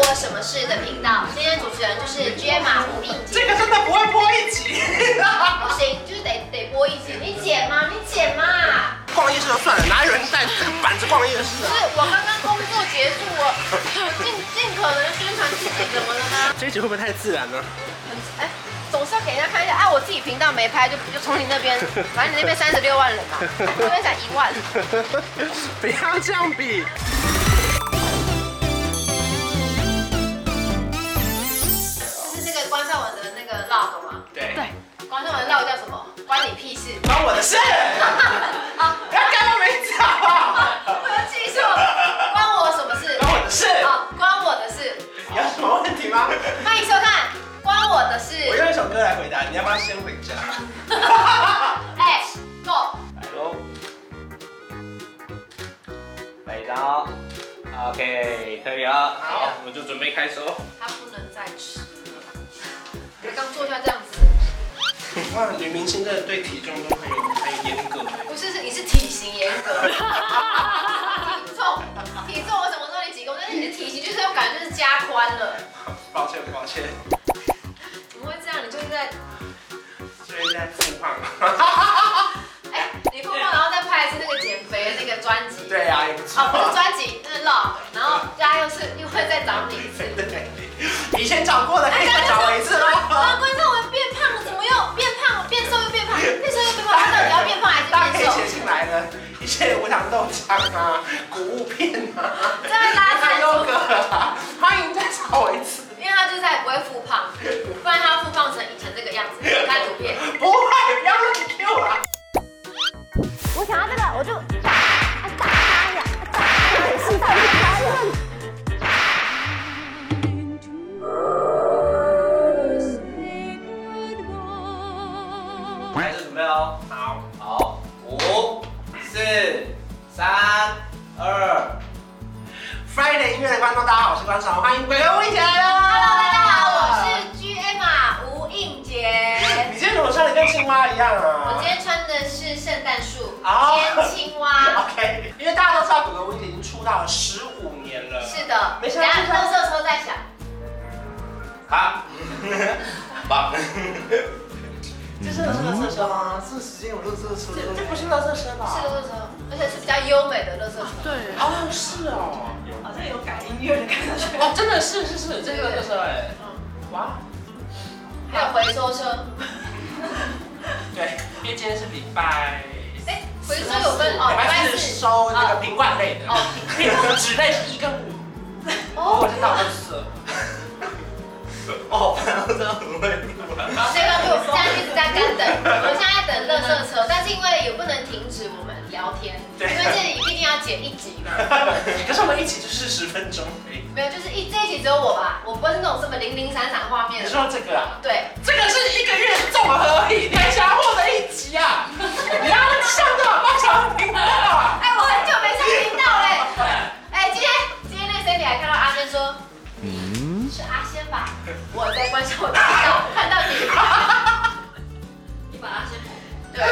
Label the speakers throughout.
Speaker 1: 做什么事的频道。今天主持人就是 Gemma 胡丽
Speaker 2: 这个真的不会播一集。
Speaker 1: 不行，就是得得播一集。你剪吗？你剪嘛！
Speaker 2: 逛夜市就算了，哪有人带板子逛夜市
Speaker 3: 不
Speaker 2: 啊？
Speaker 3: 是我刚刚工作结束，我尽尽可能宣传自己，怎么了呢？
Speaker 2: 这一集会不会太自然了？
Speaker 3: 哎，总是要给人家看一下。哎，我自己频道没拍，就就从你那边，反正你那边三十六万人嘛，我这边才一万。
Speaker 2: 不要这样比。
Speaker 1: 就是那个关少文的那个 log 吗？
Speaker 2: 对
Speaker 3: 对，
Speaker 1: 关少文的 log 叫什么？关你屁事！
Speaker 2: 关我的事。
Speaker 1: 啊，
Speaker 2: 不要干我名字好不好？
Speaker 1: 我要气死我了！关我什么事？
Speaker 2: 关我的事。
Speaker 1: 啊，关我的事！
Speaker 2: 有什么问题吗？
Speaker 1: 欢迎收看《关我的事
Speaker 2: 我》。用一首歌来回答，你要不要先回家？
Speaker 1: 哎，Go！
Speaker 4: 来喽，来到，OK，可以了，好，我们就准备开始哦。
Speaker 1: 他不能再吃了。他刚坐下这样子，
Speaker 2: 哇，女明星真的对体重都很有很严格。
Speaker 1: 不是是你是体型严格， 体重体重我怎么知道你几公斤？但是你的体型就是要感觉就是加宽了，
Speaker 2: 抱歉抱歉，
Speaker 1: 怎么会这样？你就是在
Speaker 2: 最近在复胖。
Speaker 1: 哎，你碰碰然后再拍一次那个减肥的那个专辑，
Speaker 2: 对啊，也不错
Speaker 1: 哦。不是专辑，那是 log，然后大家又是又会再找你一次。
Speaker 2: 对，以前找过的可以哎再找我一次
Speaker 1: 啊，
Speaker 2: 喽。
Speaker 1: 观众我变胖了，怎么又变胖了？变瘦又变胖，变瘦又变胖，他到底要变胖
Speaker 2: 大
Speaker 1: 还是
Speaker 2: 家可以
Speaker 1: 变瘦
Speaker 2: 写？进来了，一些无糖豆浆啊、谷物片啊、
Speaker 1: 这样大家
Speaker 2: 还
Speaker 1: 才
Speaker 2: 有个啊，欢迎再找我一次。
Speaker 1: 因为他就再也不会复胖，不然他要复胖成以前这个样子。你看图片，
Speaker 2: 不会，不要乱 Q 啊！
Speaker 5: 我想要这个，我就打啊打他呀，啊打他呀，是打他呀。
Speaker 4: 开始准备喽。
Speaker 2: 好，
Speaker 4: 好，五、四、三、二，
Speaker 2: Friday 音乐的观众，大家好，我是关少，欢迎鬼屋一起来喽
Speaker 1: Hello，大家好，我是 G M 啊吴映洁。
Speaker 2: 你今天怎么穿的跟青蛙一样
Speaker 1: 我
Speaker 2: 啊
Speaker 1: 今天穿的是圣诞树
Speaker 2: 哦
Speaker 1: 兼青蛙，
Speaker 2: ？OK，因为大家都知道鬼屋已经出道了十五年了。
Speaker 1: 是的。
Speaker 2: 没
Speaker 1: 等
Speaker 2: 啊想到
Speaker 1: 下
Speaker 2: 现在
Speaker 1: 乐色车在响，
Speaker 4: 好，棒，
Speaker 2: 这是乐色车吗？这十斤有乐色车？这不是乐色车吧
Speaker 1: 是乐色车，而且是比较优美的乐色车。
Speaker 3: 对，
Speaker 2: 哦，是哦。
Speaker 3: 好像有改音乐的感觉。
Speaker 2: 哦，真的是是是，这个就是哎，
Speaker 1: 嗯
Speaker 2: 哇，
Speaker 1: 还有回收车，
Speaker 2: 对，因为今天是礼拜，
Speaker 1: 哎，回收有分哦，
Speaker 2: 礼
Speaker 1: 礼拜
Speaker 2: 拜四
Speaker 1: 四
Speaker 2: 收那个瓶罐类的，
Speaker 1: 哦
Speaker 2: 纸类是一跟五，
Speaker 1: 哦
Speaker 2: 我，真的好色。
Speaker 4: 哦，真的很会录啊。
Speaker 1: 这个就这样一直在干等，我们现在在等乐色车，但是因为也不能停止我们聊天，因
Speaker 2: 对
Speaker 1: 为这里一定要剪一集嘛。
Speaker 2: 可是我们一起就是十分钟而已。
Speaker 1: 没有，就是一这一集只有我吧，我不会是那种什么零零散散画面的。
Speaker 2: 你说这个啊？
Speaker 1: 对，哎
Speaker 2: 这个是一个月综合你还想要获得一集啊？ 你要上多少八小频道啊？
Speaker 1: 哎，我很久没上频道嘞。哎，今天今天那谁你还看到阿珍说，嗯，是阿仙吧？我在关注我的频道，看到你， 你把阿仙对，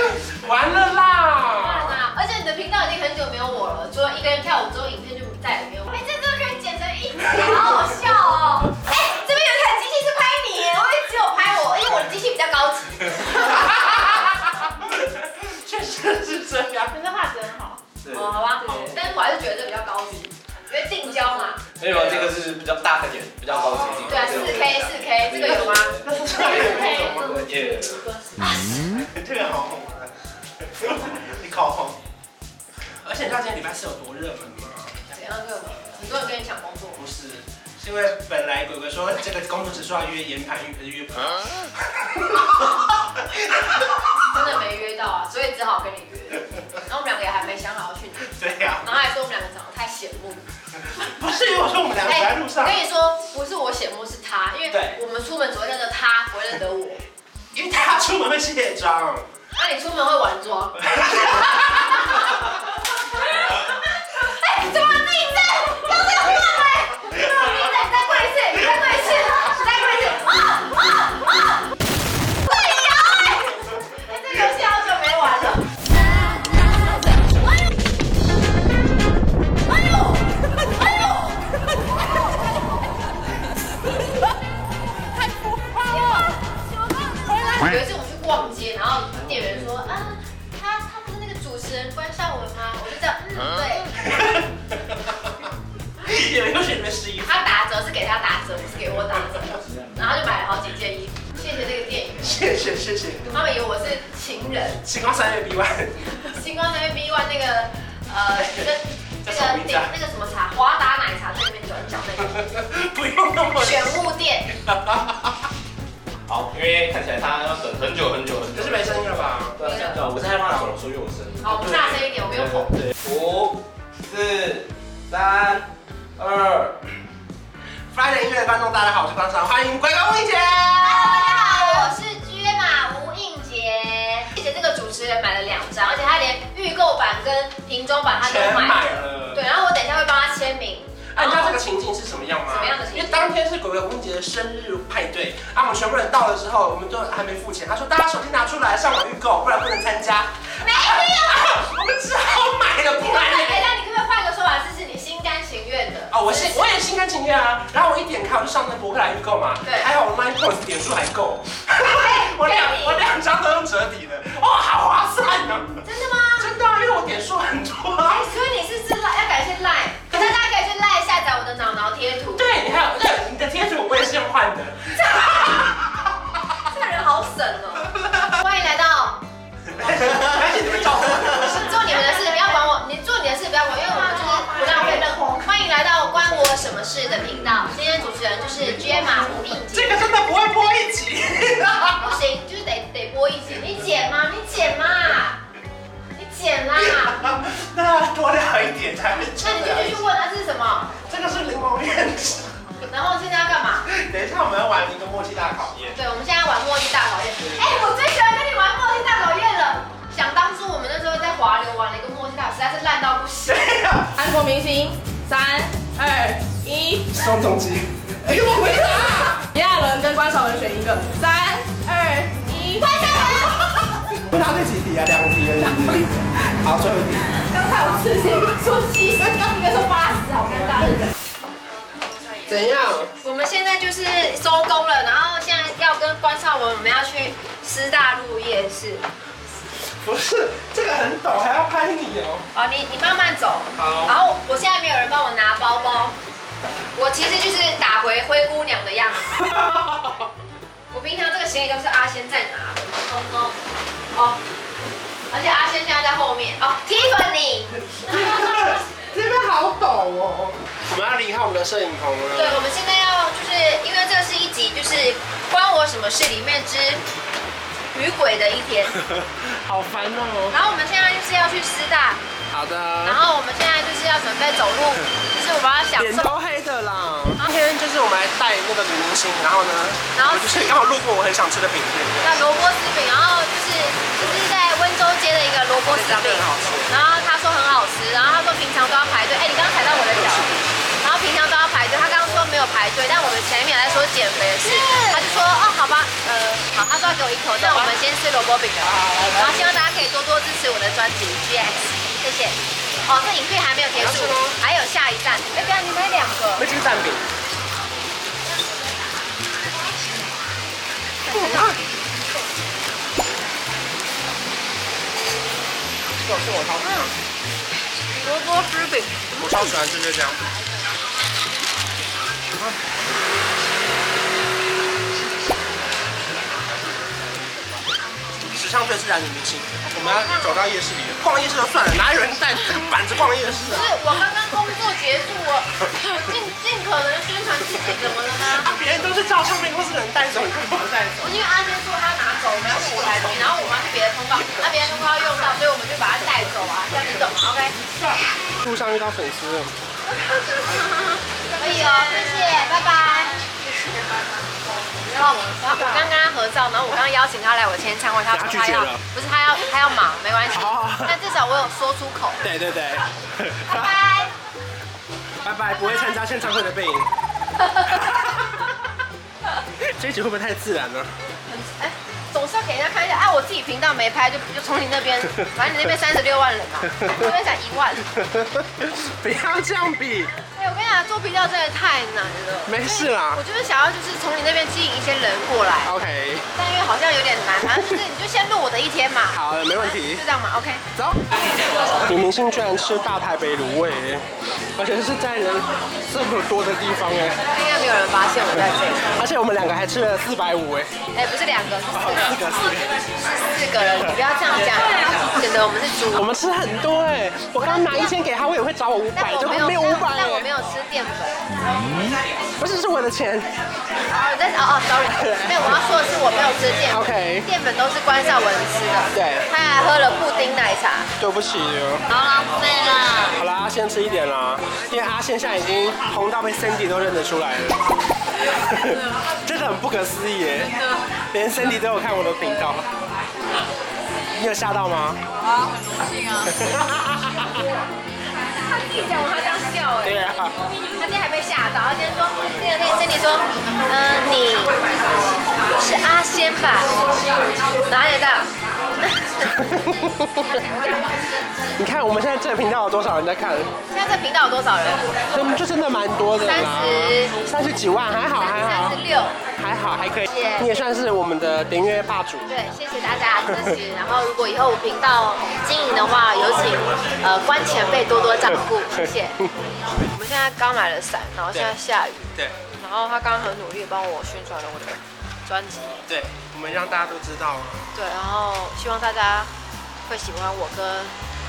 Speaker 2: 完了
Speaker 1: 当
Speaker 2: 啦！
Speaker 1: 然啦，啊而且你的频道已经很久没有我了，除了一个人跳舞之后，影片就再也没有我。每次哎都可以剪成一集，好好笑哦。哎，这边有一台机器是拍你耶，我以为只有拍我，因为我的机器比较高级。
Speaker 2: 确实是这 样。
Speaker 3: 你的画质很好，
Speaker 4: 是，
Speaker 3: 哦，好吧，
Speaker 1: 但是我还是觉得这比较高级，因为定焦嘛。
Speaker 4: 没有，这个是比较大一点，比较高级一点。
Speaker 1: 对啊，四 K 四 K 这个有吗？
Speaker 2: 那是这样
Speaker 4: 这个耶，
Speaker 2: 这个好红啊！你口红。而且你知道今天礼拜四有多热门吗？
Speaker 1: 怎样热门？很多人跟你抢工作。
Speaker 2: 不是，是因为本来鬼鬼说这个公主只说要约研盘，约约盘。
Speaker 1: 真的没约到啊，所以只好跟你约。然后我们两个也还没想好要去哪，
Speaker 2: 对呀、
Speaker 1: 然后还说我们两个长得太显目。
Speaker 2: 不是因为我说我们两个走在路上
Speaker 1: 我，跟你说，不是我显目，是他，因为
Speaker 2: 对
Speaker 1: 我们出门只会认得他，不会认得我。
Speaker 2: 因为他出门会卸妆。
Speaker 1: 那、你出门会玩妆？哎，怎么闭嘴？不要这样乱来！闭嘴！再过一次，再过一次，再过一次！啊啊啊！快摇！哎，这游戏好久没玩了。哎呦！哎呦！哎呦！
Speaker 2: 去里面试衣服。
Speaker 1: 他打折是给他打折，不是给我打折，然后就买了好几件衣服。谢谢这个店员，
Speaker 2: 谢谢谢谢，
Speaker 1: 他们以为我是情人。
Speaker 2: 星光三月 B Y，
Speaker 1: 星光那边 B One 那个呃跟那
Speaker 2: 叫什
Speaker 1: 个
Speaker 2: 么名字
Speaker 1: 顶
Speaker 2: 啊
Speaker 1: 那个什么茶华达奶茶对面转角那个
Speaker 2: 不用那么
Speaker 1: 玄物店，
Speaker 4: 好，因为看起来他要等很久很久很久
Speaker 2: 这是。没声音了吧？
Speaker 4: 对啊，对啊我是害怕有人说有声音。
Speaker 1: 好，我们大声一点，我们用吼。
Speaker 4: 对，五、四、三、二。
Speaker 2: 发点音乐的观众，大家好，我是关少，欢迎乖乖薇姐。
Speaker 1: 大家好，我是约马吴映洁。并且这个主持人买了两张，而且他连预购版跟瓶装版他都
Speaker 2: 全
Speaker 1: 买
Speaker 2: 买
Speaker 1: 了。
Speaker 2: 了。
Speaker 1: 对，然后我等一下会帮他签名。
Speaker 2: 哎、你知道这个情境是什么样吗？
Speaker 1: 哦什么样的情境
Speaker 2: 因为当天是鬼鬼红姐的生日派对，啊，我们全部人到的时候，我们都还没付钱。他说大家手机拿出来上网预购，不然不能参加。
Speaker 1: 没有。
Speaker 2: 我们只好买了，不然
Speaker 1: 哎，
Speaker 2: 嘞。
Speaker 1: 那你可不可以换个说法，这是你心甘情愿的？
Speaker 2: 哦，我是我也心甘情愿啊。然后我一点开，我就上那博客来预购嘛。
Speaker 1: 对哎
Speaker 2: 还好我 Line Points 点数还够。 我两
Speaker 1: 可以
Speaker 2: 我两张都用折抵的，哦，好划算呢、
Speaker 1: 真的吗？
Speaker 2: 真的啊、因为我点数 很多
Speaker 1: 哎，。
Speaker 2: 啊
Speaker 1: 所以你是知道要感谢赖，大家可以去赖下载我的脑脑贴图。
Speaker 2: 对，你还有对你的贴纸，我也是用换 的。
Speaker 1: 这个人好省哦！欢迎来到，
Speaker 2: 而且你们找我。
Speaker 1: 做你们的事，不要管我，你做你的事不要管我，因为我们就是不浪费任何。欢迎来到关我什么事的频道，今天主持人就是 G M 吴映洁。
Speaker 2: 这个真的不会播一集。
Speaker 1: 不行，就是得得播一集，你剪吗？你剪嘛，你剪啦。
Speaker 2: 那多聊一点才会
Speaker 1: 那你就去问他是什么，
Speaker 2: 这个是柠檬面纸。
Speaker 1: 然后现在要干嘛？
Speaker 2: 等一下我们要玩一个默契大考 验。
Speaker 1: 对，我们现在玩默契大考验。哎、我最喜欢跟你玩默契大考验了。想当初我们那时候在华流玩了一个默契大考，实在是烂到不行。
Speaker 2: 对呀，
Speaker 6: 韩国明星，三二一，
Speaker 2: 宋仲基。哎呦，我回答。
Speaker 6: 炎亚纶跟关晓雯选一个，三二一，关晓雯，
Speaker 2: 回答对几题啊？两题而已。好，最后一题。
Speaker 6: 刚才我事先说七十，刚应该说八十，好尴尬。
Speaker 2: 怎样？
Speaker 1: 我们现在就是收工了，然后现在要跟关少文，我们要去师大路夜市。
Speaker 2: 不是，这个很陡，还要拍你哦。
Speaker 1: 好，你你慢慢走。
Speaker 2: 好
Speaker 1: 然后我现在没有人帮我拿包包，我其实就是打回灰姑娘的样子。我平常这个行李都是阿仙在拿的。哦哦哦，而且阿仙现在在后面。哦，Tiffany。
Speaker 2: 这边好陡哦。 我们要离开我们的摄影棚了。
Speaker 1: 对，我们现在要就是因为这是一集就是关我什么事里面之与鬼的一天，
Speaker 2: 好烦哦。
Speaker 1: 然后我们现在就是要去师大，
Speaker 2: 好的。
Speaker 1: 然后我们现在就是要准备走路，就是我们要享
Speaker 2: 脸
Speaker 1: 受。
Speaker 2: 都黑的啦。今天就是我们来带那个女明星，然后呢，
Speaker 1: 然后
Speaker 2: 我就是刚好路过我很想吃的饼店，
Speaker 1: 那萝卜丝饼，然后就是就是在温州街的一个萝卜丝饼，然后他说很好吃，然后他说平常都要排队，哎，你刚刚踩到我的脚，然后平常都要排队，他刚刚说没有排队，但我们前面还在说减肥的事，他就说哦好吧，呃好，他说要给我一口，那我们先吃萝卜饼了，然后希望大家可以多多支持我的专辑 G X，谢谢。哦，这影片还没有结束，还有下一站，哎，对啊，你买两个。
Speaker 2: 那就是蛋饼。这种是我超喜欢，
Speaker 1: 萝卜丝饼，
Speaker 2: 我超喜欢吃这家。史上最自然的明星，我们要走到夜市里了。逛夜市就算了，哪有人带板子逛夜市
Speaker 1: 不
Speaker 2: 啊？
Speaker 1: 是我刚刚工作结束，我 我尽尽可能宣传自己，怎么了吗？
Speaker 2: 啊，别人都是照相片，都是人带走，你干嘛带
Speaker 1: 我
Speaker 2: 走？
Speaker 1: 因为阿仙说他拿走，我们要去舞台区，然后我们要去别的通道，那别的通道要用到，所以我们就把它带走啊，这样你懂吗？OK，
Speaker 2: 路上遇到粉丝了，
Speaker 1: 可以哦，谢谢，拜拜。然后我我刚跟他合照，然后我刚刚邀请他来我签唱会，他说
Speaker 2: 拒
Speaker 1: 他
Speaker 2: 绝
Speaker 1: 要
Speaker 2: 了
Speaker 1: 不是他要他要忙，没关系
Speaker 2: 好好好，
Speaker 1: 但至少我有说出口。
Speaker 2: 对对对，
Speaker 1: 拜拜。
Speaker 2: 拜拜，不会参加签唱会的背影，这一集会不会太自然了？
Speaker 1: 哎，总是要给人家看一下。哎，我自己频道没拍，就就从你那 边，反正你那边三十六万人嘛，我这边才一万。
Speaker 2: 不要这样比，
Speaker 1: 哎，我跟你呀，做皮料真的太难了。
Speaker 2: 没事啦
Speaker 1: 我就是想要，就是从你那边吸引一些人过来，
Speaker 2: ，OK，
Speaker 1: 但因为好像有点难，反正就是你就先录我的一天嘛。
Speaker 2: 好，没问题
Speaker 1: 就。这样嘛，OK。
Speaker 2: 走。李明星居然吃大台北卤味，而且是在人这么多的地方哎，
Speaker 1: 应该没有人发现我在这里。
Speaker 2: 而且我们两个还吃了四百五哎，
Speaker 1: 哎，不是两个，是四个，
Speaker 2: 四个四个，
Speaker 1: 是四个人，你不要这样讲，
Speaker 2: 啊
Speaker 1: 显得我们是猪。
Speaker 2: 我们吃很多哎，我刚刚拿一千给他，我也会找我五
Speaker 1: 但
Speaker 2: 百，结
Speaker 1: 我没
Speaker 2: 果
Speaker 1: 有
Speaker 2: 没有五百
Speaker 1: 但我没
Speaker 2: 哎，
Speaker 1: 有吃淀粉。
Speaker 2: 不是是我的钱
Speaker 1: 哦，但是哦哦，sorry，没有，我要说的是我没有吃淀粉，
Speaker 2: ，OK，
Speaker 1: 淀粉都是关少文吃的。
Speaker 2: 对，
Speaker 1: 他还喝了布丁奶茶，
Speaker 2: 对不起哦。
Speaker 1: 好浪费啦。
Speaker 2: 好啦，先吃一点啦，因为阿仙现在已经红到被 Cindy 都认得出来了， 真的很不可思议耶，连 Cindy 都有看我的频道，你有吓到吗？
Speaker 1: 啊他自己讲，我还想笑哎。
Speaker 2: 对啊，
Speaker 1: 他今天还被吓到，他今天说那个那个珍妮说，嗯、你是阿仙吧？哪里的？
Speaker 2: 你看我们现在这个频道有多少人在看？
Speaker 1: 现在这频道有多少人？
Speaker 2: 那么就真的蛮多的啦，
Speaker 1: 30
Speaker 2: 三十几万，还好还
Speaker 1: 三
Speaker 2: 好
Speaker 1: 十六。
Speaker 2: 还好还可以
Speaker 1: 谢谢，
Speaker 2: 你也算是我们的订阅霸主。
Speaker 1: 对，谢谢大家的支持。然后如果以后我频道经营的话，有请呃关前辈多多照顾，谢谢。我们现在刚买了伞，然后现在下雨，
Speaker 2: 对
Speaker 1: 然后他刚刚很努力地帮我宣传了我的专辑，
Speaker 2: 对，我们让大家都知道，
Speaker 1: 对，然后希望大家会喜欢我跟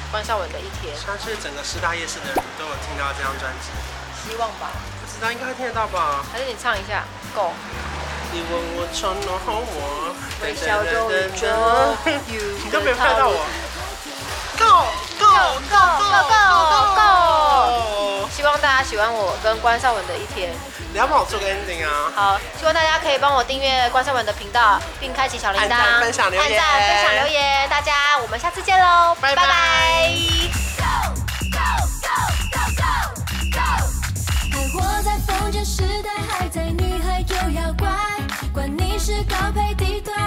Speaker 1: 关少文的一天，
Speaker 2: 像是整个师大夜市的人都有听到这张专辑，
Speaker 1: 希望吧。
Speaker 2: 不知道应该会听得到吧？
Speaker 1: 还是你唱一下够。
Speaker 2: 你问我穿暖和我，
Speaker 1: 微笑中宇宙 ，You
Speaker 2: 你都没有看到我。Go go go
Speaker 1: go,
Speaker 2: go go！
Speaker 1: 希望大家喜欢我跟关少文的一天。
Speaker 2: 你要帮我做个 ending 啊？
Speaker 1: 好，希望大家可以帮我订阅关少文的频道，并开启小铃铛，
Speaker 2: 按赞分享留言
Speaker 1: 按赞分享留言。大家，我们下次见喽，
Speaker 2: 拜拜
Speaker 1: 拜拜
Speaker 7: 还活在封建时代，还在女孩又要乖，管你是高配低端，